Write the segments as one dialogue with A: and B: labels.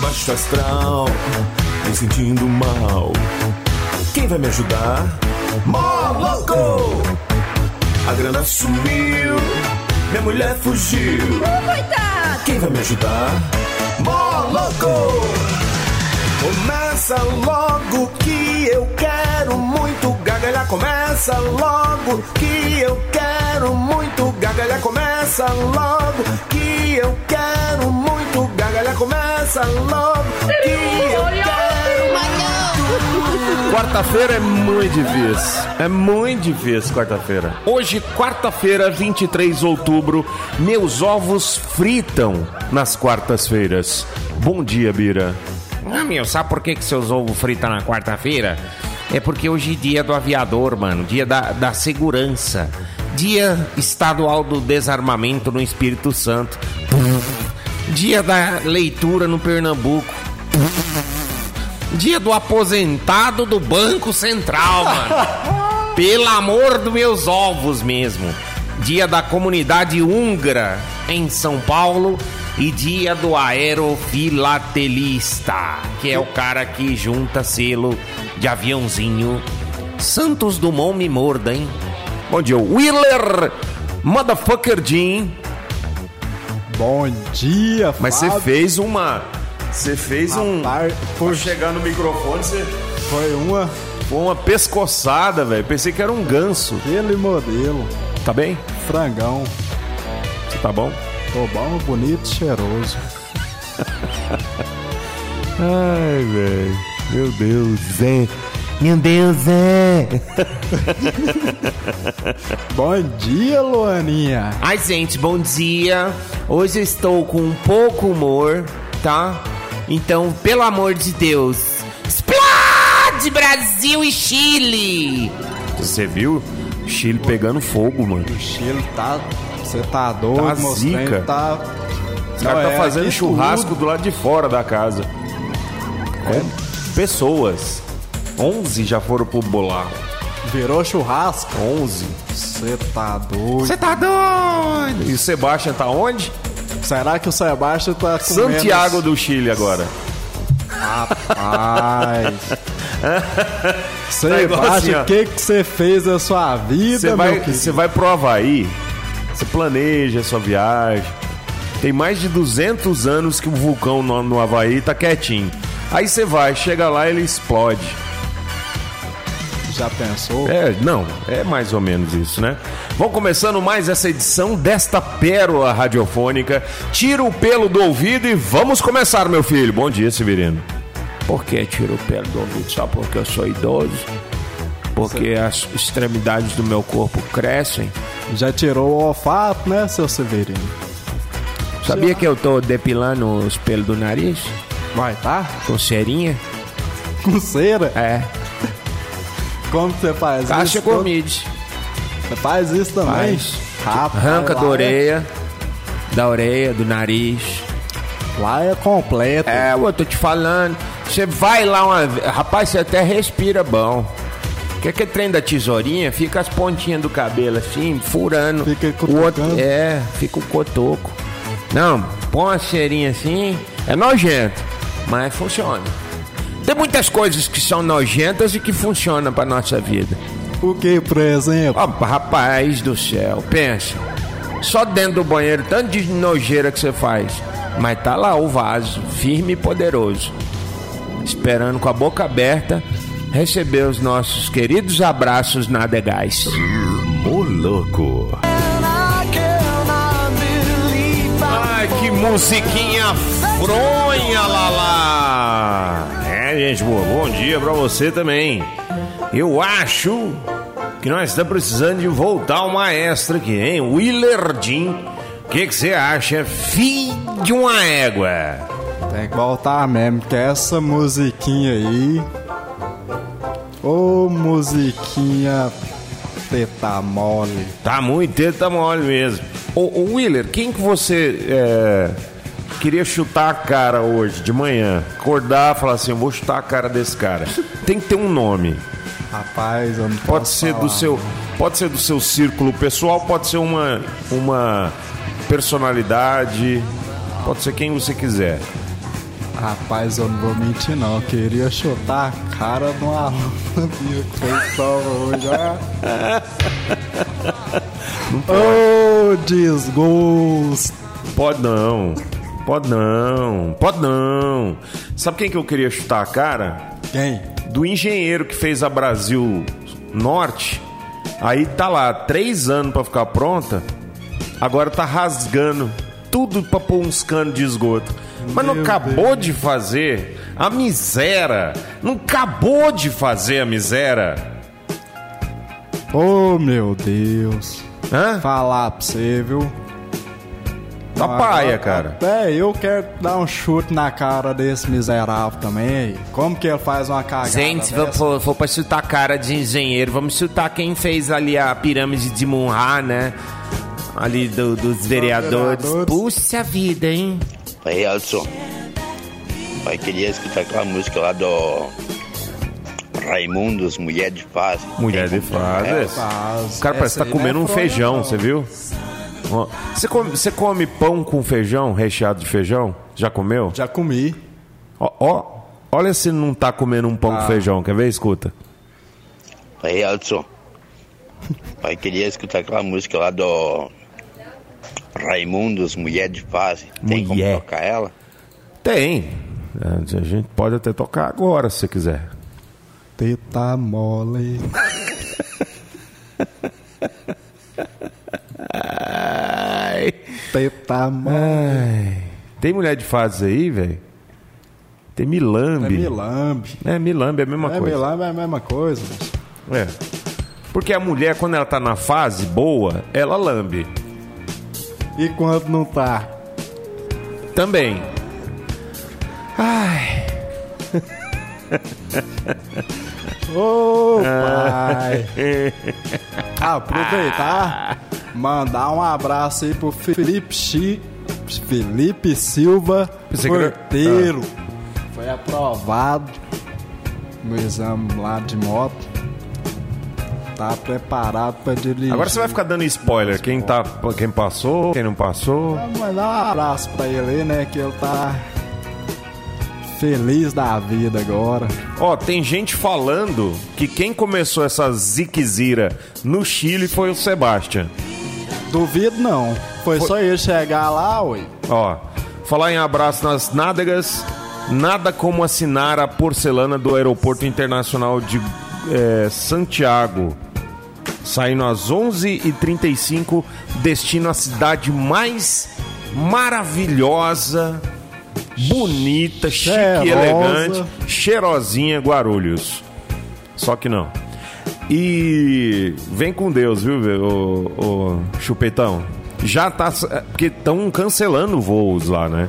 A: baixo astral, me sentindo mal. Quem vai me ajudar? Moloco! A grana sumiu, minha mulher fugiu.
B: Coitado!
A: Quem vai me ajudar? Moloco! Começa logo que eu quero muito gargalhar. Começa logo que eu quero muito gargalhar. Começa logo que eu quero muito gargalhar. Começa logo que eu quero
C: Quarta-feira é muito difícil. É muito difícil quarta-feira. Hoje, quarta-feira, 23 de outubro, meus ovos fritam nas quartas-feiras. Bom dia, Bira.
D: Ah, meu, sabe por que, que seus ovos fritam na quarta-feira? É porque hoje é dia do aviador, mano. Dia da, da segurança. Dia estadual do desarmamento no Espírito Santo. Dia da leitura no Pernambuco. Dia do aposentado do Banco Central, mano. Pelo amor dos meus ovos mesmo. Dia da comunidade húngara em São Paulo e dia do aerofilatelista, que é o cara que junta selo de aviãozinho. Santos Dumont me morda, hein?
C: Bom dia, Wheeler Motherfucker Jean.
E: Bom dia,
C: Mas você
E: Fábio.
C: fez uma. Você fez um.
E: Par-
C: Por
E: Poxa,
C: chegar no microfone, você.
E: foi uma
C: Foi uma pescoçada, velho. Pensei que era um ganso.
E: dele modelo.
C: Tá bem?
E: Frangão.
C: Você tá bom?
E: Tô bom, bonito, cheiroso.
C: Ai, velho. Meu Deus, Zé. Meu Deus, é. Zé.
E: Bom dia, Luaninha.
D: Ai, gente, bom dia. Hoje eu estou com um pouco humor, tá? Então, pelo amor de Deus, explode Brasil e Chile!
C: Você viu? Chile pegando fogo, mano.
E: O Chile tá. Você tá doido,
C: Tá
E: moço, trem
C: zica.
E: Tá.
C: Os caras
E: Não,
C: tá
E: é,
C: fazendo
E: aqui
C: churrasco
E: tudo.
C: do lado de fora da casa. Com pessoas. 11 já foram pro bolar.
E: Virou churrasco.
C: 11.
E: Você tá doido.
D: Você tá doido?
C: E o Sebastian tá onde?
E: Será que o Sebastião tá com
C: Santiago do Chile agora.
E: Rapaz.
C: Tá igual assim,
E: Sebastião,
C: ó.
E: o que que você fez da sua vida,
C: Você
E: meu
C: vai,
E: querido?
C: você vai pro Havaí, você planeja a sua viagem. Tem mais de 200 anos que o vulcão no, no Havaí tá quietinho. Aí você vai, chega lá ele explode.
E: Já pensou?
C: É, não, é mais ou menos isso, né? Vamos começando mais essa edição desta pérola radiofônica. Tira o pelo do ouvido e vamos começar, meu filho. Bom dia, Severino.
D: Por que tiro o pé do ouvido? Só porque eu sou idoso? Porque as extremidades do meu corpo crescem?
E: Já tirou o olfato, né, seu Severino?
D: Sabia que eu tô depilando os pelos do nariz?
E: Vai, tá?
D: Com cerinha?
E: Com cera?
D: É.
E: Como que você faz
D: Caixa
E: isso? Como-
D: Comide.
E: Você faz isso também?
D: Faz.
E: Rapaz,
D: Arranca
E: lá
D: da
E: é-
D: orelha, da orelha, do nariz.
E: Lá é completo.
D: É, eu tô te falando. Você vai lá uma vez. Rapaz, você até respira bom. Que que é trem da tesourinha? Fica as pontinhas do cabelo assim, furando.
E: Fica
D: o outro,
E: cutucando.
D: É, fica o cotoco. Não, põe uma cheirinha assim, é nojento, mas funciona. Tem muitas coisas que são nojentas e que funcionam pra nossa vida.
E: O que, por exemplo?
D: Ó, rapaz do céu, pensa. Só dentro do banheiro, tanto de nojeira que você faz. Mas tá lá o vaso, firme e poderoso. Esperando com a boca aberta receber os nossos queridos abraços nadegais.
A: Moloco.
C: Ai, que musiquinha fronha, Lala! É, gente, boa, bom dia pra você também. Eu acho que nós estamos precisando de um voltar uma extra aqui, hein? Willardin, o que que você acha? Fi de uma égua.
E: Tem que voltar mesmo, que essa musiquinha aí. Ô, musiquinha teta mole.
C: Tá muito teta mole mesmo. Ô, ô Willer, quem que você é, queria chutar a cara hoje, de manhã? Acordar e falar assim, eu vou chutar a cara desse cara. Tem que ter um nome.
E: Rapaz, eu não posso
C: Pode ser
E: falar.
C: do seu, pode ser do seu círculo pessoal, pode ser uma uma personalidade, pode ser quem você quiser.
E: Rapaz, eu não vou mentir não. Eu queria chutar a cara de uma aluna minha que fez prova hoje. ó. Ô, desgosto!
C: Pode não. Pode não. Pode não. Sabe quem que eu queria chutar a cara?
E: Quem?
C: Do engenheiro que fez a Brasil Norte. Aí tá lá, três anos pra ficar pronta. Agora tá rasgando tudo pra pôr uns canos de esgoto. Mas não
E: Meu
C: acabou de fazer a miséria. Não acabou de fazer a miséria.
E: Ô, meu Deus.
C: Hã?
E: Falar pra você, viu?
C: Tá
E: Agora,
C: paia, cara.
E: Até eu quero dar um chute na cara desse miserável também. Como que ele faz uma cagada
D: Gente, se
E: dessa?
D: for, for pra chutar a cara de engenheiro, vamos chutar quem fez ali a pirâmide de Munhá, né? Ali do- dos vereadores.
E: vereadores.
D: Puxa vida, hein?
B: Aí, Alisson. Eu é queria escutar aquela música lá do Raimundos, Mulher de É, Paz.
C: Mulher
D: um
C: de fases.
E: faz.
C: O cara parece
E: Essa
C: que
E: aí
C: tá
E: não é
C: comendo um
E: fronha,
C: feijão,
E: não.
C: você viu? Ó, Você come, você come pão com feijão, recheado de feijão? Já comeu?
E: Já comi.
C: Ó, ó, olha se não tá comendo um
E: Ah.
C: pão com feijão, quer ver? Escuta.
B: Aí, Alisson. Eu é queria escutar aquela música lá do Raimundos, Mulher de Paz. Tem
C: Mulher.
B: como tocar ela?
C: Tem. É, A gente pode até tocar agora, se você quiser.
E: Teta mole. Teta mole.
C: Tem mulher de fases aí, velho? Tem
E: É
C: milambe.
E: milambe.
C: É, milambe é a mesma
E: É
C: coisa.
E: milambe, é a mesma coisa. bicho.
C: É. Porque a mulher, quando ela tá na fase boa, ela lambe.
E: E quando não tá?
C: Também.
E: Ô,
C: Ah.
E: pai!
C: Ah.
E: Aproveitar, mandar um abraço aí pro Felipe Chi, Felipe Silva,
C: Pensei que era- Ah.
E: porteiro. Foi aprovado no exame lá de moto. Tá preparado pra dirigir.
C: Agora você vai ficar dando spoiler. Quem, tá, quem passou, quem não passou.
E: Vamos Mandar um abraço pra ele, aí, né? Que ele tá feliz da vida agora.
C: Ó, tem gente falando que quem começou essa ziquezira no Chile foi o Sebastian.
E: Duvido não. Foi, só ele chegar lá, ui.
C: Ó, falar em abraço nas nádegas, nada como assinar a porcelana do Aeroporto Internacional de eh, Santiago. Saindo às 11h35, destino à cidade mais maravilhosa, bonita, chique e
E: Cheirosa.
C: elegante, cheirosinha Guarulhos. Só que não. E vem com Deus, viu, o, chupetão? Já tá. Porque estão cancelando voos lá, né?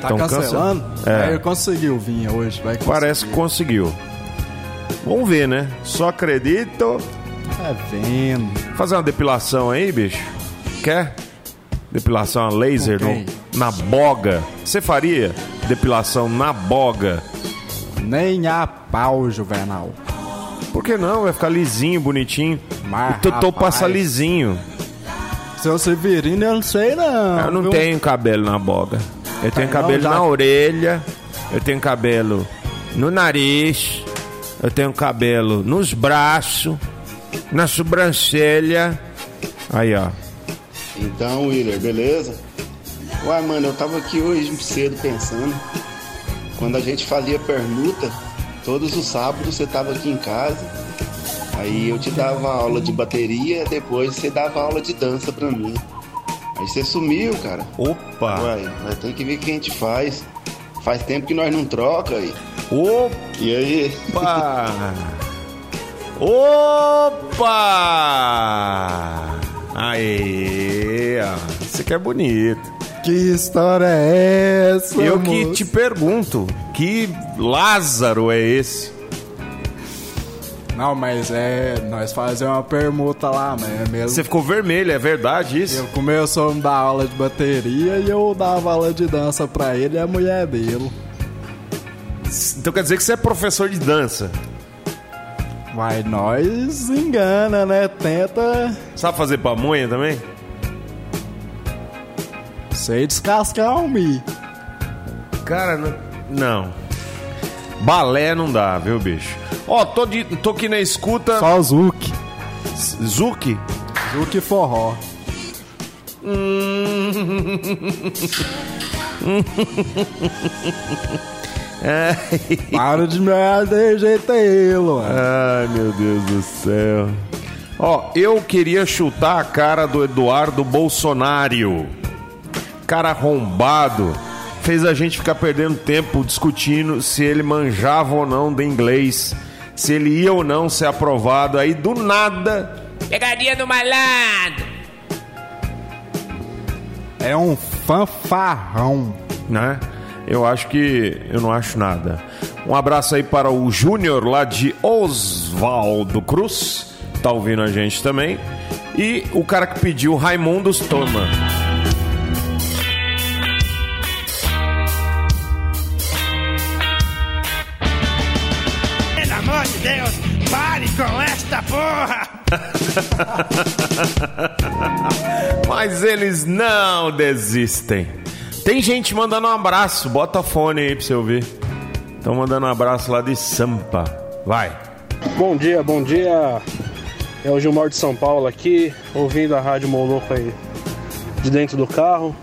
E: Tá
C: Tão
E: cancelando?
C: cancelando. É.
E: Aí ele conseguiu vir hoje, vai conseguir.
C: Parece que conseguiu. Vamos ver, né? Só acredito.
E: Tá vendo?
C: Fazer uma depilação aí, bicho? Quer? Depilação a laser
E: Com quem?
C: no- na boga. Você faria depilação na boga?
E: Nem a pau, Juvenal.
C: Por que não? Vai ficar lisinho, bonitinho.
E: Mas,
C: o Totô
E: Ah, rapaz.
C: Então, passa lisinho.
E: Seu Severino, eu não sei não.
C: Eu não
E: viu?
C: tenho cabelo na boga. Eu tenho
E: não,
C: cabelo
E: já-
C: na orelha. Eu tenho cabelo no nariz. Eu tenho cabelo nos braços. Na sobrancelha. Aí, ó.
F: Então, Willer, beleza? Uai, mano, eu tava aqui hoje cedo pensando. Quando a gente fazia permuta, todos os sábados você tava aqui em casa. Aí eu te dava aula de bateria, depois você dava aula de dança pra mim. Aí você sumiu, cara.
C: Opa!
F: Uai, nós temos que ver o que a gente faz. Faz tempo que nós não troca aí.
C: Opa!
F: E aí?
C: Opa! Aí, ó. Isso aqui é bonito.
E: Que história é essa,
C: Eu que tipo-
E: moço?
C: te pergunto, que Lázaro é esse?
E: Não, mas é... Nós fazemos uma permuta lá, né? Mesmo.
C: Você ficou vermelho, é verdade isso?
E: Eu começou a me dar aula de bateria e eu dava aula de dança pra ele e a mulher dele.
C: Então quer dizer que você é professor de dança.
E: Mas nós engana, né? Tenta...
C: Sabe fazer pamonha também?
E: Sei descascar um mi.
C: Cara, não. não. Balé não dá, viu, bicho? Ó, tô, de, tô aqui na escuta.
E: Só Zuki.
C: Zuki?
E: Zuki forró.
C: Hum.
E: Para de me dejeitar, Luan.
C: Ai, meu Deus do céu. Ó, eu queria chutar a cara do Eduardo Bolsonaro. Cara arrombado. Fez a gente ficar perdendo tempo discutindo se ele manjava ou não de inglês. Se ele ia ou não ser aprovado. Aí do nada. Pegaria do malandro.
E: É um fanfarrão.
C: né? Eu acho que eu não acho nada. Um abraço aí para o Júnior lá de Oswaldo Cruz, tá ouvindo a gente também. E o cara que pediu Raimundos Toma.
G: Pelo amor de Deus, pare com esta porra!
C: Mas eles não desistem. Tem gente mandando um abraço, bota fone aí pra você ouvir. Estão mandando um abraço lá de Sampa. Vai.
H: Bom dia, bom dia. É o Gilmar de São Paulo aqui, ouvindo a rádio Moloco aí de dentro do carro.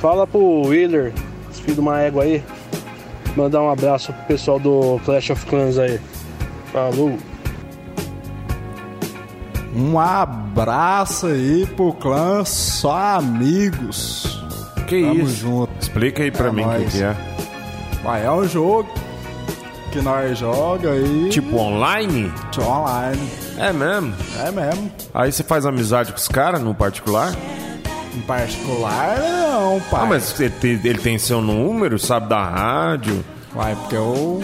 H: Fala pro Wheeler, esse filho de uma égua aí, mandar um abraço pro pessoal do Clash of Clans aí. Falou.
E: Um abraço aí pro clã Só Amigos.
C: Que
E: Tamo
C: isso?
E: junto.
C: Explica aí pra
E: É
C: mim o que
E: nóis.
C: que é.
E: Vai, é um jogo que nós joga aí
C: Tipo online?
E: online.
C: É mesmo.
E: É mesmo.
C: Aí você faz amizade com os caras no particular?
E: Em particular, não, pai.
C: Ah, mas ele tem, ele tem seu número, sabe da rádio.
E: Vai, porque eu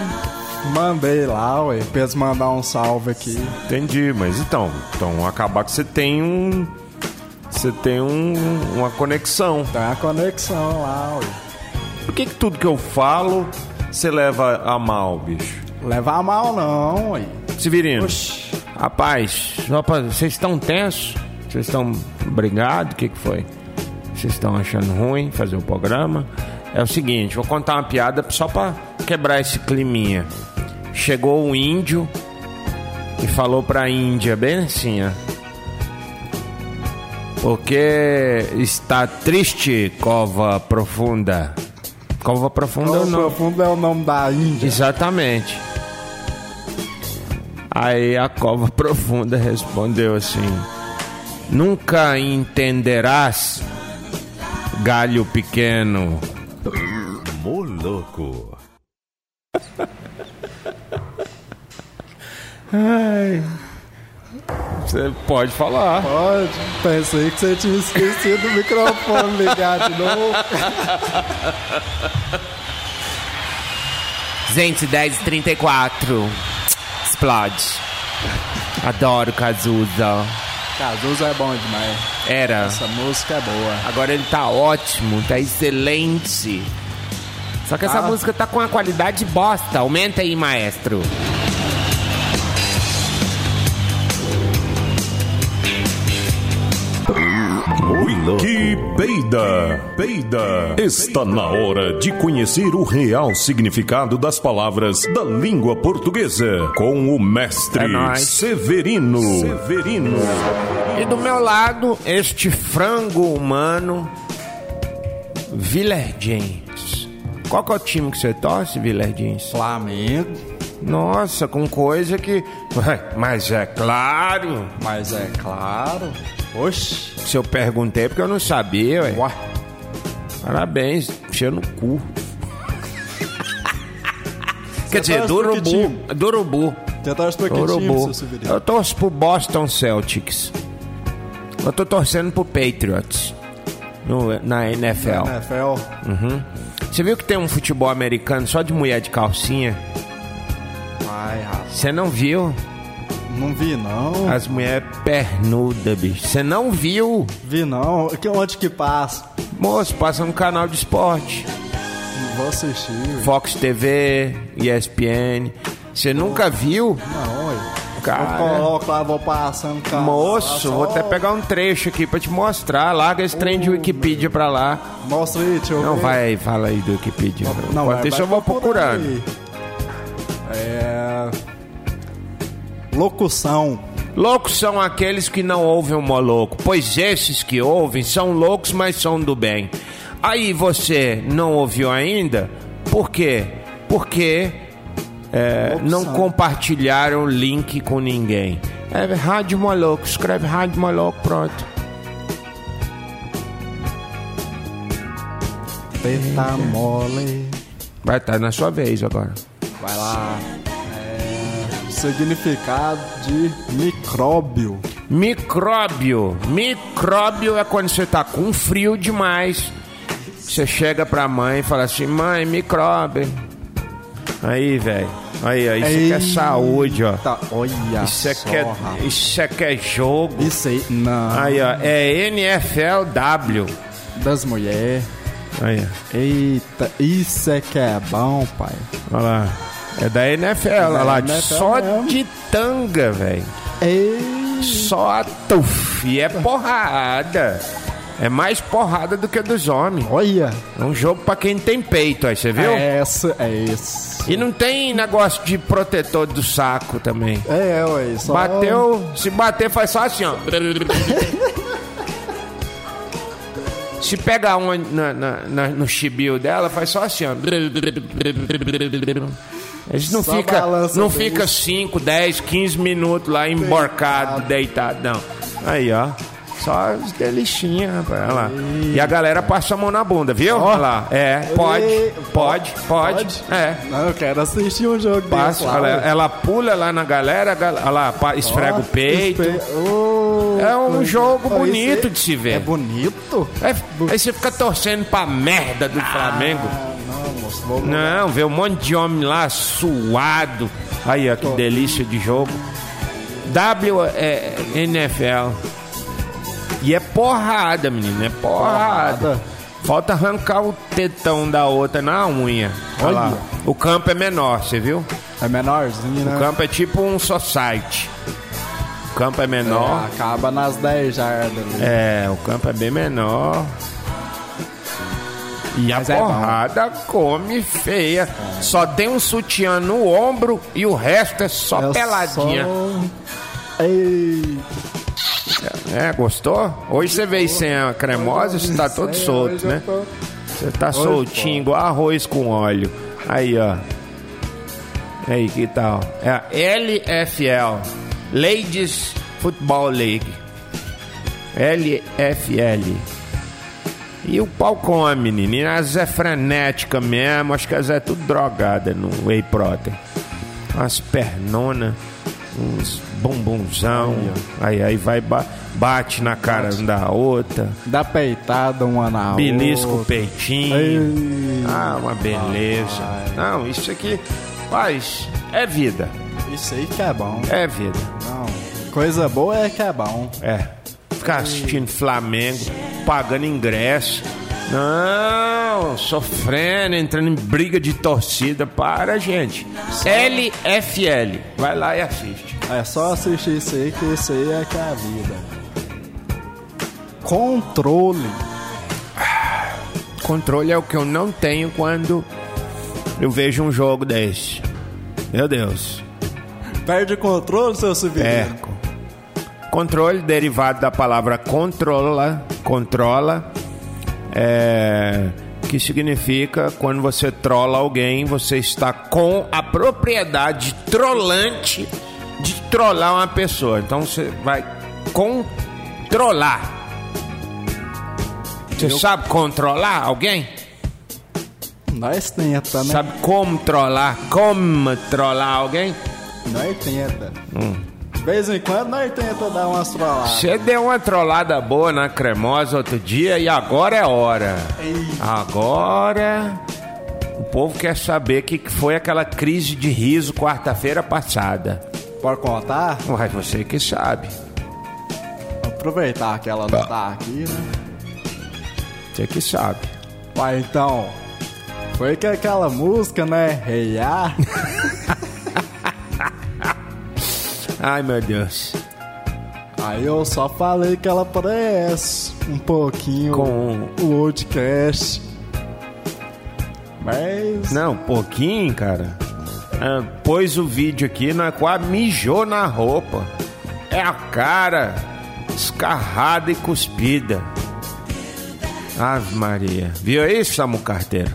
E: mandei lá, ué. Pensa mandar um salve aqui.
C: Entendi, mas então, então acabar que você tem um. Você tem um, uma conexão.
E: Tem uma conexão lá, ué.
C: Por que, que tudo que eu falo você leva a mal, bicho?
E: Leva a mal não, ué.
C: Severino.
E: Oxi.
D: Rapaz, rapaz, vocês estão tensos? Vocês estão brigados? O que, que foi? Vocês estão achando ruim fazer o programa? É o seguinte, vou contar uma piada só pra quebrar esse climinha. Chegou um índio e falou pra Índia, bem assim, ó. Porque está triste, cova profunda. Cova profunda ou
E: O
D: não?
E: profundo é o nome da Índia.
D: Exatamente. Aí a cova profunda respondeu assim: Nunca entenderás, galho pequeno.
A: Moloco.
D: Você pode falar.
E: Pode. Pensei que você tinha esquecido o microfone ligado de novo.
D: Gente, 10h34. Explode. Adoro Cazuza.
E: Cazuza é bom demais.
D: Era.
E: Essa música é boa.
D: Agora ele tá ótimo, tá excelente. Só que essa
E: Ah.
D: música tá com uma qualidade bosta. Aumenta aí, maestro.
C: Que peida! Peida! Está na hora de conhecer o real significado das palavras da língua portuguesa com o mestre
D: É nóis.
C: Severino. Severino.
D: E do meu lado, este frango humano, Viler James. Qual que é o time que você torce, Viler James?
E: Flamengo,
D: Nossa, com coisa que. Ué, Mas é claro.
E: mas é claro. Oxi.
D: Se eu perguntei, é porque eu não sabia, ué.
E: Ué.
D: Parabéns, cheio no cu. Quer dizer,
E: torce
D: do
E: pra que
D: urubu.
E: time?
D: Do urubu.
E: tá Você torce pra que
D: Pro
E: time,
D: urubu.
E: seu Severino?
D: Eu torço pro Boston Celtics. Eu tô torcendo pro Patriots. no- na NFL.
E: NFL.
D: Você viu que tem um futebol americano só de mulher de calcinha?
E: Ai, rapaz.
D: Você não viu?
E: Não vi, não.
D: As mulheres pernudas, bicho. Você não viu?
E: Vi, não. Que onde que passa?
D: Moço, passa no canal de esporte.
E: Não vou assistir. ué.
D: Fox TV, ESPN. Você nunca viu?
E: Não, ué.
D: cara.
E: Coloco lá, vou passando, cara.
D: Ah, né? Moço, vou até pegar um trecho aqui pra te mostrar. Larga esse trem de Wikipedia pra lá.
E: Mostra aí, deixa eu
D: Não,
E: ver.
D: vai aí, fala aí do Wikipedia.
E: Não,
D: Enquanto
E: vai-
D: isso
E: vai
D: eu vou procurando.
E: aí. É... Locução.
D: Loucos são aqueles que não ouvem o moloco, pois esses que ouvem são loucos, mas são do bem. Aí você não ouviu ainda? Por quê? Porque é, não compartilharam o link com ninguém. É Rádio Moloco, escreve Rádio Moloco, pronto.
E: Peta mole.
D: Vai estar na sua vez agora.
E: Vai lá. É... Significado de micróbio.
D: Micróbio. Micróbio é quando você tá com frio demais. Você chega pra mãe e fala assim: mãe, micróbio. Aí, velho. Aí, aí, isso aqui é saúde, ó.
E: Tá, olha
D: Isso
E: só,
D: aqui é,
E: rapaz.
D: isso aqui é jogo.
E: Isso aí, não.
D: Aí, ó, é NFLW.
E: Das mulheres.
D: Aí,
E: Eita, isso é que é bom, pai.
D: ó. Olha lá. É da NFL, olha lá.
E: NFL
D: Só
E: mesmo.
D: de tanga, velho.
E: Ei,
D: Só tuf. E é porrada. É mais porrada do que a dos homens.
E: olha.
D: É um jogo pra quem tem peito, aí você viu?
E: É essa, é isso.
D: E não tem negócio de protetor do saco também.
E: É, ué, só...
D: Bateu, se bater faz só assim, ó. Se pegar um na- na- na- no chibio dela, faz só assim, ó. Eles não
E: Só
D: fica,
E: balança
D: não
E: bem.
D: fica 5, 10, 15 minutos lá emborcado, deitado, não. Aí, ó. Só as delixinhas, rapaz. Olha lá. E a galera passa a mão na bunda, viu? Olha lá. É, pode,
E: Ei,
D: pode, pode. É.
E: Não, Ah, eu quero assistir um jogo
D: Passa,
E: desse lá,
D: ela,
E: ué.
D: ela pula lá na galera, a gal- olha lá, pa- esfrega o peito.
E: Espe- Ô,
D: É um
E: coisa.
D: jogo
E: Ó,
D: bonito
E: esse-
D: de se ver.
E: É bonito?
D: Aí, É, aí você fica torcendo pra merda do Flamengo.
E: Ah, não, moço. Vou...
D: Não, vê um monte de homem lá suado. Aí, ó, que delícia de jogo. W é NFL. E é porrada, menino, é porrada.
E: Porrada.
D: Falta arrancar o tetão da outra na unha. Olha
E: Olha.
D: lá. O campo é menor, você viu?
E: É menorzinho, né?
D: O campo é tipo um society. O campo é menor.
E: É, acaba nas né? 10 jardas. ali.
D: É, o campo é bem menor. E a
E: Mas é bom.
D: porrada come feia. Só tem um sutiã no ombro e o resto é só
E: É
D: peladinha.
E: só- Ei,
D: É, gostou? Hoje você veio sem a cremosa, você tá todo
E: sei,
D: solto,
E: hoje
D: né?
E: eu tô-
D: Você tá soltinho, igual arroz com óleo. Aí, ó. Aí, que tal? É a LFL. Ladies Football League. LFL. E o pau come, menina. As é frenética mesmo. Acho que as é tudo drogada no Whey Protein. Umas pernonas, uns bumbumzão. Aí, aí vai, ba- bate na cara um da outra.
E: Dá peitada uma na
D: Belisca o
E: outra.
D: peitinho.
E: Ei.
D: Ah, uma beleza. Não, isso aqui, paz, é vida.
E: Isso aí que é bom.
D: É vida.
E: Não. Coisa boa é que é bom.
D: É. Ficar assistindo Flamengo, pagando ingresso. Não, sofrendo, entrando em briga de torcida. Para, gente. LFL. Vai lá e assiste.
E: É só assistir isso aí que isso aí é que é a vida. Controle.
D: Controle é o que eu não tenho quando eu vejo um jogo desse. Meu Deus.
E: Perde o controle, seu Severino.
D: Perco. Controle derivado da palavra controla, controla, é, que significa quando você trola alguém, você está com a propriedade trolante de trollar uma pessoa. Então você vai controlar. Você sabe controlar alguém?
E: Nós tenta, né?
D: Sabe como trollar? Como trollar alguém?
E: Nós tenta. De vez em quando nós tenta dar umas trolladas.
D: Você deu uma trollada boa na cremosa outro dia e agora é hora. Agora o povo quer saber o que que foi aquela crise de riso quarta-feira passada.
E: Pode contar?
D: Uai, você que sabe.
E: Aproveitar que ela não tá aqui, né?
D: Você que sabe.
E: Ué, então. Foi que aquela música, né? Reiar.
C: Ai, meu Deus.
E: Aí eu só falei que ela parece um pouquinho
D: Um,
C: Com-
E: o podcast. Mas.
C: Não, pouquinho, cara. Ah, pôs o vídeo aqui, na qual mijou na roupa. É a cara escarrada e cuspida. Ave Maria. Viu isso, Samu Carteiro?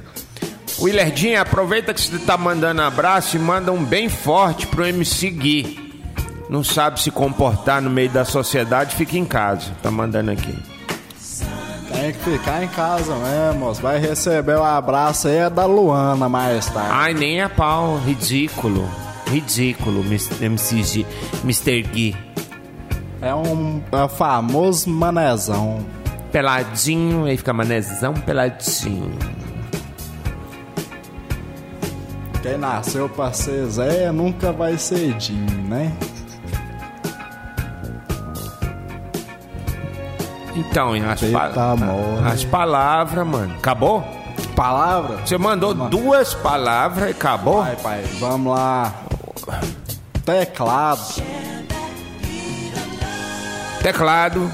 C: Willerdinho, aproveita que você tá mandando abraço e manda um bem forte pro MC Gui. Não sabe se comportar no meio da sociedade, fica em casa. Tá mandando aqui.
E: Tem que ficar em casa mesmo. moço. Vai receber o abraço aí é da Luana mais tarde.
C: Ai, nem a pau. Ridículo. Ridículo, Mis- MC G, Mr. Gui.
E: É um é o famoso manezão.
C: Peladinho, aí fica manezão peladinho.
E: Quem nasceu pra ser Zé nunca vai ser Dinho, né?
C: Então, e as,
E: Eita,
C: pa-
E: mole.
C: as palavras, mano. Acabou?
E: Palavra?
C: Você mandou duas palavras e acabou?
E: Vai, pai, vamos lá. Teclado.
C: Teclado.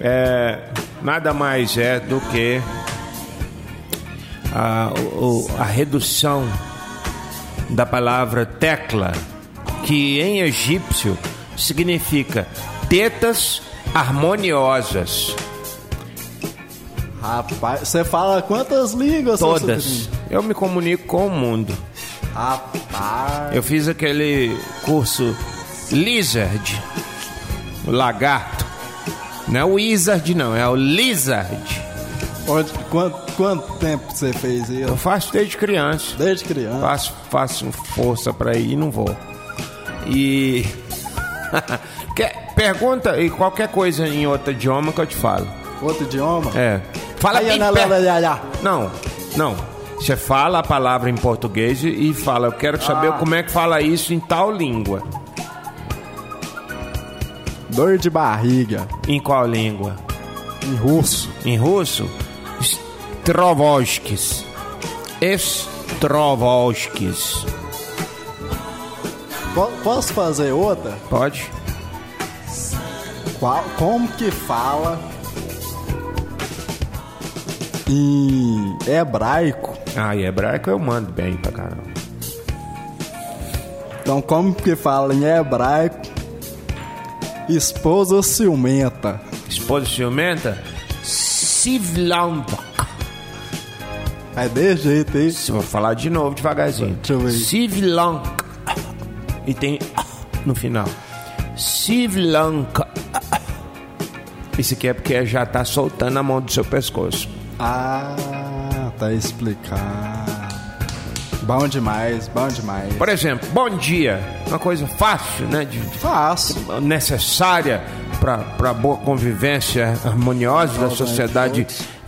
C: É, nada mais é do que a, o- a redução da palavra tecla, que em egípcio significa tetas harmoniosas.
E: Rapaz, você fala quantas línguas? seu
C: Todas.
E: sobrinho?
C: Eu me comunico com o mundo.
E: Rapaz.
C: Eu fiz aquele curso Lizard, o lagarto. Não é o Wizard, não, é o Lizard.
E: Onde- quanto, quanto tempo você fez
C: Eu
E: isso?
C: faço desde criança.
E: Desde criança.
C: Faço, faço força pra ir e não vou. E. Quer- pergunta e qualquer coisa em outro idioma que eu te falo.
E: Outro idioma?
C: É. Fala
E: Ai,
C: bem
E: ai,
C: perto.
E: ai, ai, ai.
C: Não, não. Você fala a palavra em português e fala, eu quero saber como é que fala isso em tal língua.
E: Dor de barriga.
C: Em qual língua?
E: Em russo.
C: Em russo, Strovoskis. Strovoskis.
E: Po- Posso fazer outra?
C: Pode?
E: Qual- como que fala em hebraico?
C: Ah, e hebraico eu mando bem pra caramba.
E: Então, como que fala em hebraico? Esposa ciumenta.
C: Esposa ciumenta? Sivlambok.
E: É desse jeito, hein?
C: Se eu vou falar de novo devagarzinho.
E: Deixa eu ver.
C: Sivlank. E tem no final. Sivlank. Isso aqui é porque já tá soltando a mão do seu pescoço.
E: Ah, tá explicado. Bom demais, bom demais.
C: Por exemplo, bom dia. Uma coisa fácil, né? de- de-
E: Fácil.
C: necessária para a boa convivência harmoniosa da sociedade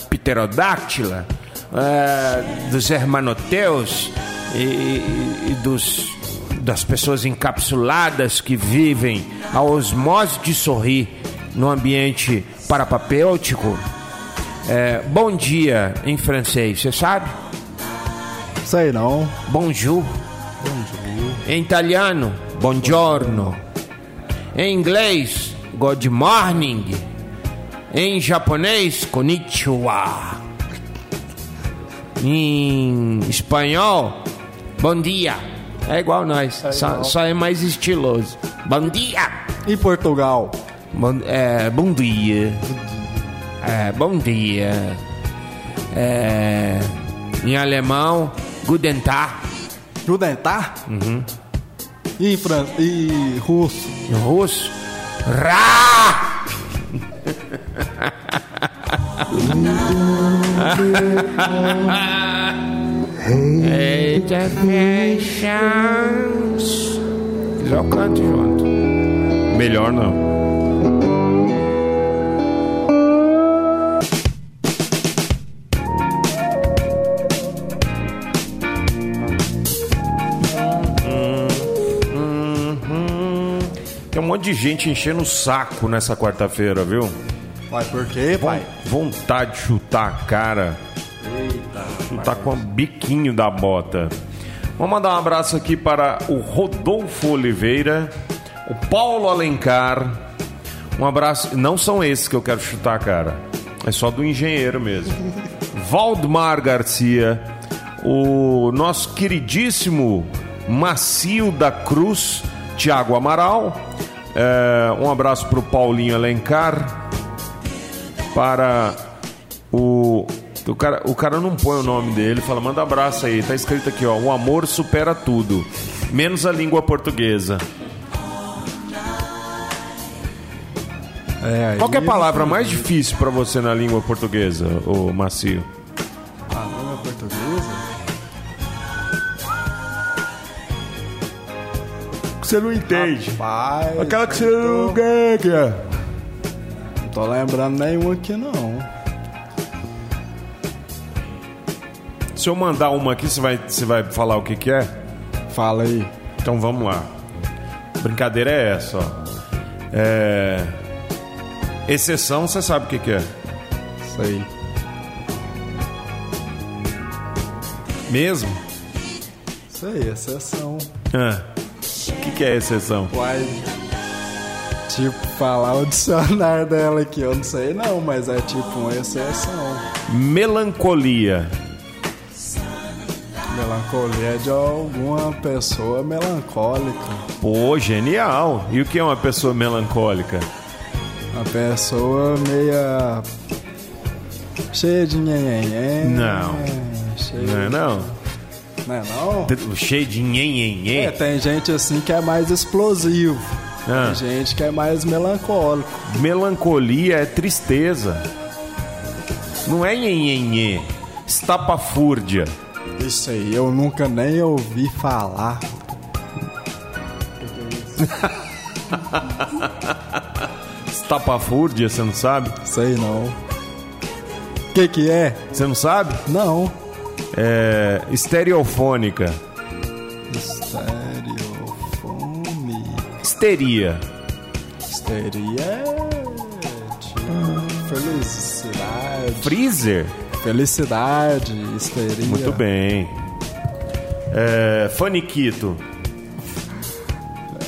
C: pterodáctila, é, dos hermanoteus e, e- e dos, das pessoas encapsuladas que vivem a osmose de sorrir no ambiente parapapêutico. É, bom dia em francês, você sabe?
E: Sei não.
C: Bonjour. Em italiano, buongiorno. Em inglês, good morning. Em japonês, konnichiwa. Em espanhol, bom dia. É igual nós, só, só é mais estiloso. Bom dia.
E: E Portugal?
C: Bom, é, bom dia. É, bom dia. É, em alemão, guten Tag.
E: Judentar? Uhum. E, fran... e russo?
C: Em russo. Ra! Eita, fechamos.
I: é um
C: Já canto junto.
I: Melhor não. Tem um monte de gente enchendo o saco nessa quarta-feira, viu?
E: Vai, por quê, pai?
I: Vontade de chutar a cara. Chutar com o biquinho da bota.
C: Vamos mandar um abraço aqui para o Rodolfo Oliveira, o Paulo Alencar. Um abraço. Não são esses que eu quero chutar, cara. É só do engenheiro mesmo. Valdemar Garcia, o nosso queridíssimo Macio da Cruz, Tiago Amaral. É, um abraço para o Paulinho Alencar. Para o. O cara, o cara não põe o nome dele, fala, manda abraço aí. Tá escrito aqui, ó. O amor supera tudo. Menos a língua portuguesa.
E: É, aí-
C: Qual que é a palavra mais difícil pra você na língua portuguesa, ô Macio?
E: A língua portuguesa?
C: Que você não entende.
E: Pai,
C: Ah. ganha. é.
E: não tô lembrando nenhum aqui, não.
C: Se eu mandar uma aqui, você vai, você vai falar o que que é?
E: Fala aí.
C: Então vamos lá. Brincadeira é essa, ó. É... Exceção, você sabe o que que é.
E: Isso aí.
C: Mesmo?
E: Isso aí, é exceção.
C: Ah. O que que é exceção?
E: Uai. Tipo, falar o dicionário dela aqui, eu não sei não, mas é tipo uma exceção.
C: Melancolia.
E: Melancolia é de alguma pessoa melancólica.
C: Pô, genial. E o que é uma pessoa melancólica?
E: Uma pessoa meia. cheia de nhenhenhen.
C: Não.
E: Cheia...
C: Não é não?
E: Não é não?
C: Cheio de nhenhenhê.
E: É, tem gente assim que é mais explosivo.
C: Ah.
E: Tem gente que é mais melancólico.
C: Melancolia é tristeza. Não é nhenhenhê. Estapafúrdia.
E: Isso aí, eu nunca nem ouvi falar.
C: Estapafúrdia, você não sabe?
E: Isso aí não. Que que é?
C: Você não sabe?
E: Não.
C: É. Estereofônica.
E: Estereofone.
C: Histeria.
E: Histeria é tipo, felicidade.
C: Freezer?
E: Felicidade, histeria.
C: Muito bem. É. Faniquito.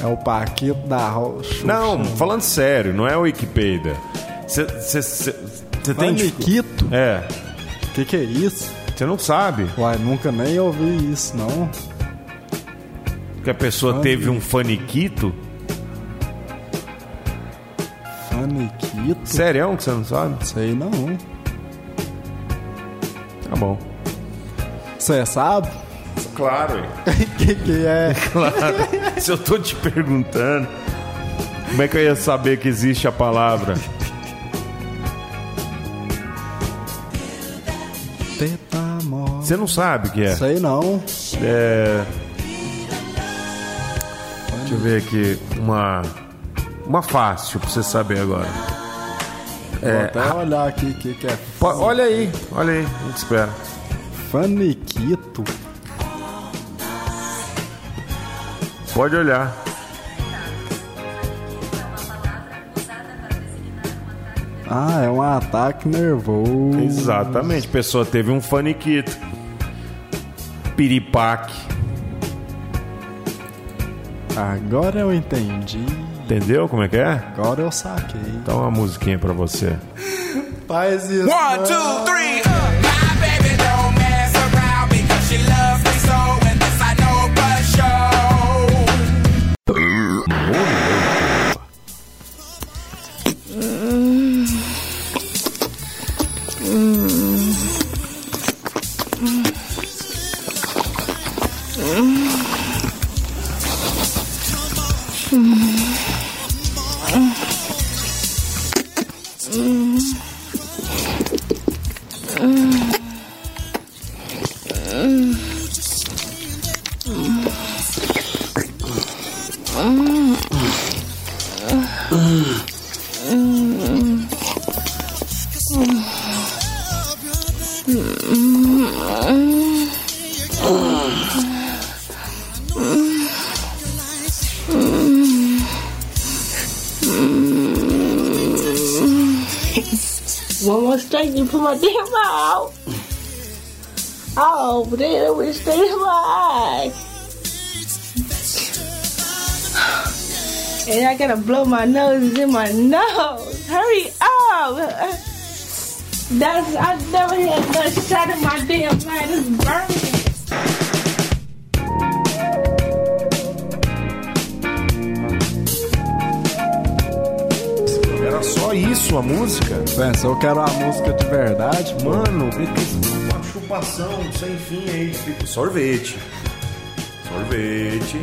E: É o Paquito da Rocha.
C: Não, falando sério, não é Wikipedia. Você tem. dificu-
E: Faniquito?
C: É.
E: Que que é isso?
C: Você não sabe
E: Uai, nunca nem ouvi isso, não.
C: que a pessoa
E: Fani-
C: teve um faniquito?
E: Faniquito?
C: Sério é um que você não sabe?
E: Sei não.
C: Tá bom.
E: Você sabe?
C: Claro, hein?
E: Que que é?
C: Se eu tô te perguntando, como é que eu ia saber que existe a palavra?
E: Tetamol.
C: Você não sabe o que é.
E: Sei não.
C: É. Deixa eu ver aqui uma. Uma fácil pra você saber agora. É.
E: Vou até olhar aqui o que, que é.
C: Po- Olha aí, olha aí, não te espera.
E: Faniquito?
C: Pode olhar.
E: Ah, é um ataque nervoso.
C: Exatamente. Pessoa teve um faniquito. Piripaque.
E: Agora eu entendi.
C: Entendeu como é que é?
E: Agora eu saquei.
C: Dá uma musiquinha pra você.
E: Faz isso.
A: One,
E: não.
A: two, three,
J: My baby don't mess around because she loves me so, and this I know for sure.
K: Vou mostrar aqui pro material. Oh, there we stay right. And I gotta blow my nose is in my nose. Hurry up! That's I never had no shot in my damn life. It's burning.
C: Era só isso a música?
E: Pensa, eu quero uma música de verdade,
C: mano. que que- Uma chupação sem fim aí. tipo, Sorvete. Sorvete.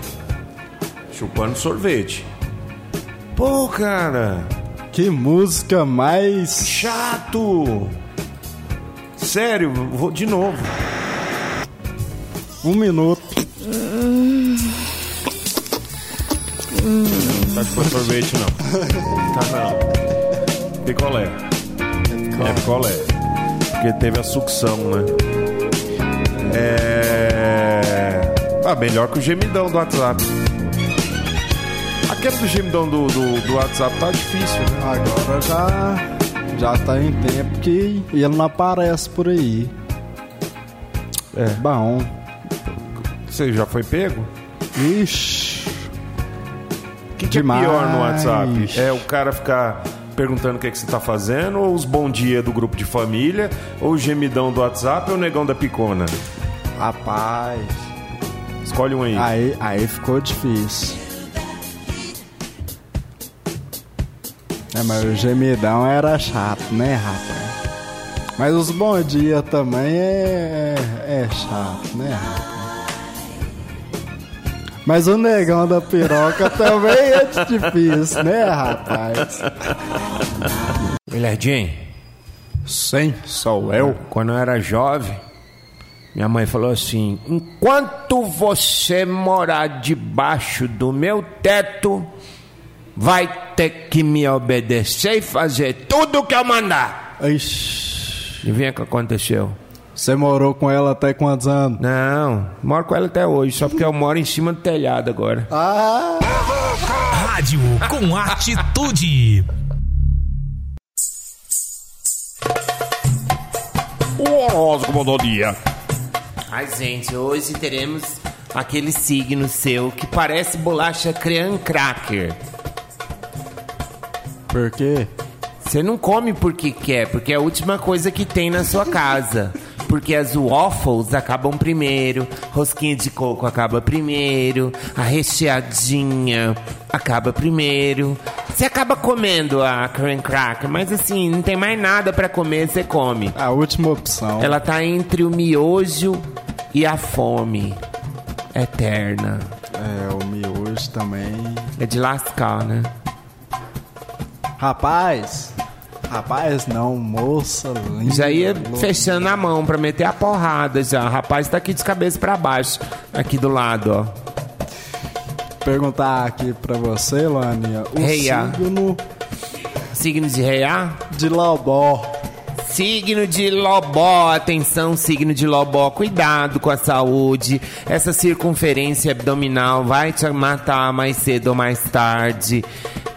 C: Chupando sorvete. Pô, cara.
E: Que música mais.
C: Chato! Sério, vou de novo.
E: Um minuto.
C: Tá chupando sorvete, não. Tá não. Picolé. É picolé. Porque teve a sucção, né? É. Ah, melhor que o gemidão do WhatsApp. Aquele do gemidão do, do, do WhatsApp tá difícil, né?
E: Agora já. Já tá em tempo que ele não aparece por aí. É. Bom.
C: Você já foi pego?
E: Ixi.
C: O que é pior no WhatsApp? É o cara ficar perguntando o que, é que você tá fazendo, ou os bom dia do grupo de família, ou o gemidão do WhatsApp, ou o negão da picona?
E: Rapaz.
C: Escolhe um aí.
E: Aí, aí ficou difícil. É, mas o gemidão era chato, né, rapaz? Mas os bom dia também é, é chato, né, rapaz? Mas o negão da piroca também é difícil, né, rapaz?
D: Milhardinho? Sim, sou eu. Quando eu era jovem, minha mãe falou assim: enquanto você morar debaixo do meu teto, vai ter que me obedecer e fazer tudo que eu mandar.
E: Ixi.
D: E o que aconteceu?
E: Você morou com ela até quantos anos?
D: Não, moro com ela até hoje, só porque eu moro em cima do telhado agora.
E: Ah!
L: Rádio com atitude.
C: O horóscopo do dia.
D: Ai, gente, hoje teremos aquele signo seu que parece bolacha cream cracker.
E: Por quê?
D: Você não come porque quer, porque é a última coisa que tem na sua casa. Porque as waffles acabam primeiro, rosquinha de coco acaba primeiro, a recheadinha acaba primeiro. Você acaba comendo a cream cracker, mas assim, não tem mais nada pra comer, você come.
E: A última opção.
D: Ela tá entre o miojo e a fome. Eterna.
E: É, o miojo também.
D: É de lascar, né?
E: Rapaz! Rapaz, não, moça linda.
D: Já ia
E: louca.
D: é fechando a mão pra meter a porrada já. O rapaz tá aqui de cabeça pra baixo, aqui do lado, ó.
E: Perguntar aqui pra você, Lania, o
D: Reia.
E: signo
D: Signo de Reá?
E: de Lobó.
D: Signo de Lobó, atenção, signo de Lobó, cuidado com a saúde. Essa circunferência abdominal vai te matar mais cedo ou mais tarde.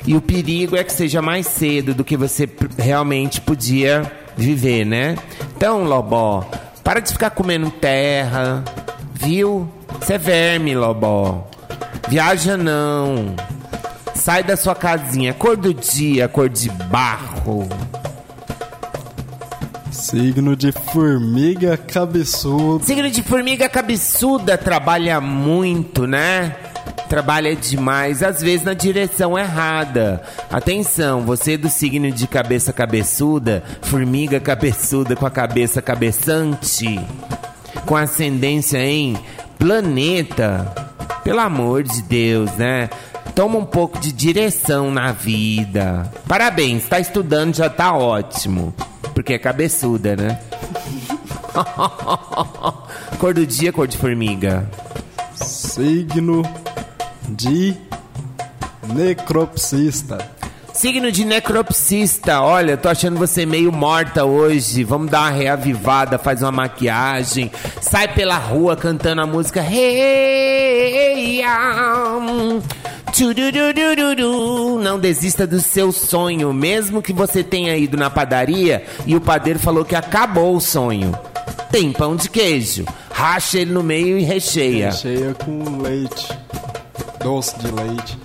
D: E o perigo é que seja mais cedo do que você p- realmente podia viver, né? Então, Lobó, para de ficar comendo terra, viu? Você é verme, Lobó. Viaja não. Sai da sua casinha, cor do dia, cor de barro.
E: Signo de formiga cabeçuda.
D: Signo de formiga cabeçuda trabalha muito, né? Trabalha demais, às vezes na direção errada. Atenção, você é do signo de cabeça cabeçuda, formiga cabeçuda com a cabeça cabeçante, com ascendência em planeta. Pelo amor de Deus, né? Toma um pouco de direção na vida. Parabéns, tá estudando, já tá ótimo. Porque é cabeçuda, né? cor do dia, é cor de formiga.
E: Signo de necropsista.
D: Signo de necropsista. Olha, tô achando você meio morta hoje. Vamos dar uma reavivada, faz uma maquiagem. Sai pela rua cantando a música. Hey, um, tchurururururu. Não desista do seu sonho, mesmo que você tenha ido na padaria e o padeiro falou que acabou o sonho. tem pão de queijo. Racha ele no meio e
C: ah.
D: recheia.
E: Recheia com leite. Doce de leite.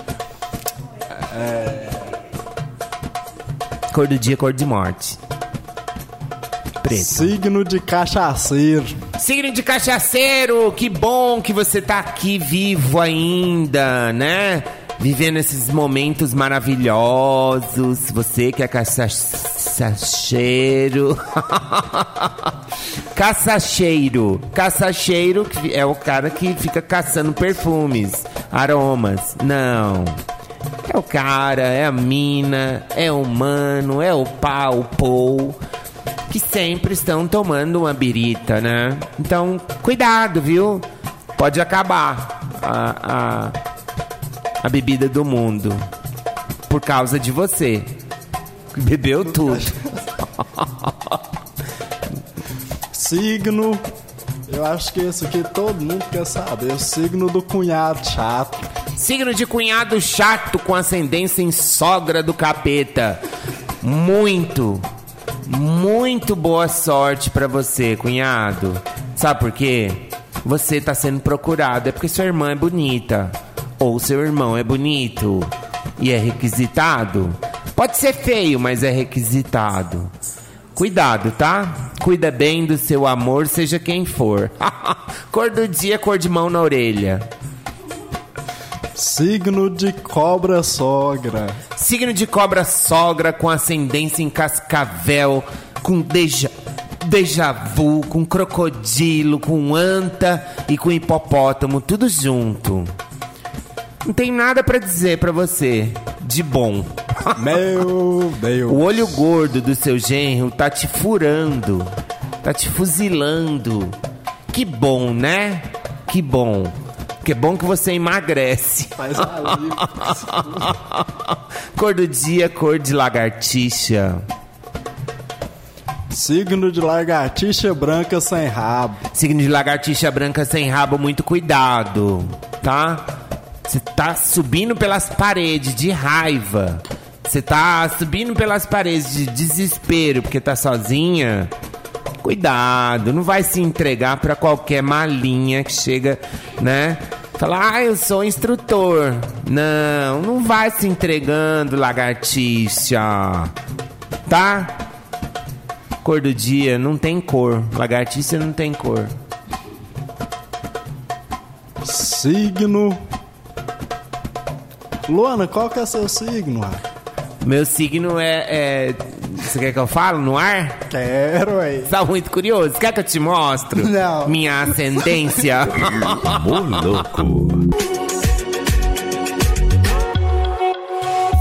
E: É,
D: Cor do dia, cor de morte. Preto.
E: Signo de cachaceiro.
D: Signo de cachaceiro, que bom que você tá aqui vivo ainda, né? Vivendo esses momentos maravilhosos. Você que é cachaceiro. caçacheiro. Caçacheiro que é o cara que fica caçando perfumes, aromas. Não. É o cara, é a mina, é o mano, é o pau, o pou que sempre estão tomando uma birita, né? Então, cuidado, viu? Pode acabar a, a, a bebida do mundo por causa de você. Bebeu tudo.
E: Signo. Eu acho que esse aqui todo mundo quer saber. O signo do cunhado chato.
D: Signo de cunhado chato com ascendência em sogra do capeta. Muito, muito boa sorte pra você, cunhado. Sabe por quê? Você tá sendo procurado. É porque sua irmã é bonita. Ou seu irmão é bonito. E é requisitado. Pode ser feio, mas é requisitado. Cuidado, tá? Cuida bem do seu amor, seja quem for. cor do dia, cor de mão na orelha.
E: Signo de cobra sogra.
D: Signo de cobra sogra com ascendência em cascavel, com deja, deja vu, com crocodilo, com anta e com hipopótamo, tudo junto. Não tem nada pra dizer pra você de bom.
E: Meu Deus.
D: O olho gordo do seu genro tá te furando, tá te fuzilando. Que bom, né? Que bom. Que bom que você emagrece.
E: Faz alívio.
D: Cor do dia, cor de lagartixa.
E: Signo de lagartixa branca sem rabo.
D: Signo de lagartixa branca sem rabo, muito cuidado, tá? Você tá subindo pelas paredes de raiva. Você tá subindo pelas paredes de desespero porque tá sozinha. Cuidado, não vai se entregar pra qualquer malinha que chega, né? Fala, ah, eu sou instrutor. Não, não vai se entregando, lagartixa. Tá? Cor do dia, não tem cor. Lagartixa não tem cor.
E: Signo. Luana, qual que é seu signo? ah?
D: Meu signo é. é- Você quer que eu falo no ar?
E: Quero, aí.
D: Tá muito curioso. Quer que eu te mostre?
E: Não.
D: Minha ascendência.
C: Moloco.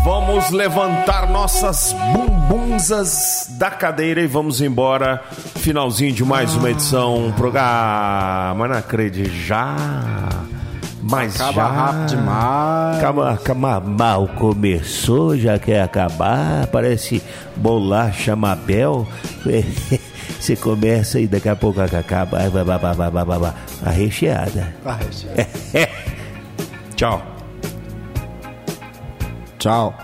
C: Vamos levantar nossas bumbunzas da cadeira e vamos embora. Finalzinho de mais uma edição. um Programa na Crede já. Mas
E: Acaba
C: já.
E: rápido demais.
C: Acaba, acaba- mal começou, já quer acabar. Parece bolacha Mabel. Você começa e daqui a pouco acaba. Ai, vá, vá, vá, vá, vá, vá, vá. Arrecheada.
E: Vai,
C: Tchau.
E: Tchau.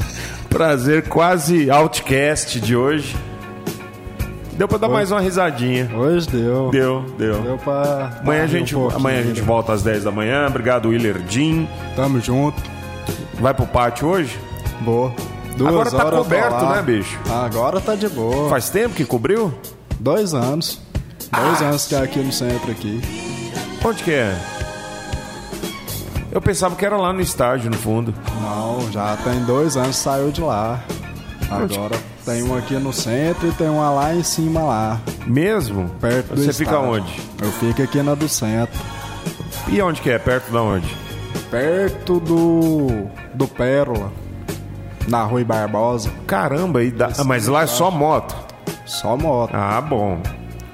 C: Prazer quase outcast de hoje. Deu pra dar mais uma risadinha.
E: Hoje deu.
C: Deu, deu.
E: Deu pra.
C: Amanhã, a
E: pra
C: gente,
E: um pouquinho.
C: amanhã a gente volta às 10 da manhã. Obrigado, Willardin.
E: Tamo junto.
C: Vai pro pátio hoje?
E: Boa. Duas
C: Agora tá
E: horas eu tô
C: coberto,
E: lá.
C: né, bicho?
E: Agora tá de boa.
C: Faz tempo que cobriu?
E: Dois anos. Dois
C: Ah.
E: anos que é aqui no centro aqui.
C: Onde que é? Eu pensava que era lá no estádio, no fundo.
E: Não, já tem dois anos que saiu de lá. Agora tem um aqui no centro e tem uma lá em cima lá.
C: Mesmo?
E: Perto do
C: Você fica
E: estádio.
C: onde?
E: Eu fico aqui na do centro.
C: E onde que é? Perto da onde?
E: Perto do. do Pérola. Na Rui Barbosa.
C: Caramba, e dá... ah, mas lá é só moto.
E: Só moto.
C: Ah, bom.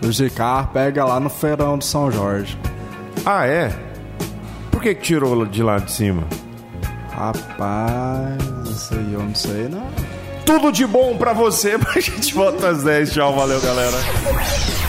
E: Os de carro pega lá no feirão de São Jorge.
C: Ah, é? Por que, que tirou de lá de cima?
E: Rapaz, isso aí eu não sei não.
C: Tudo de bom pra você, mas a gente volta às 10. Tchau, valeu, galera.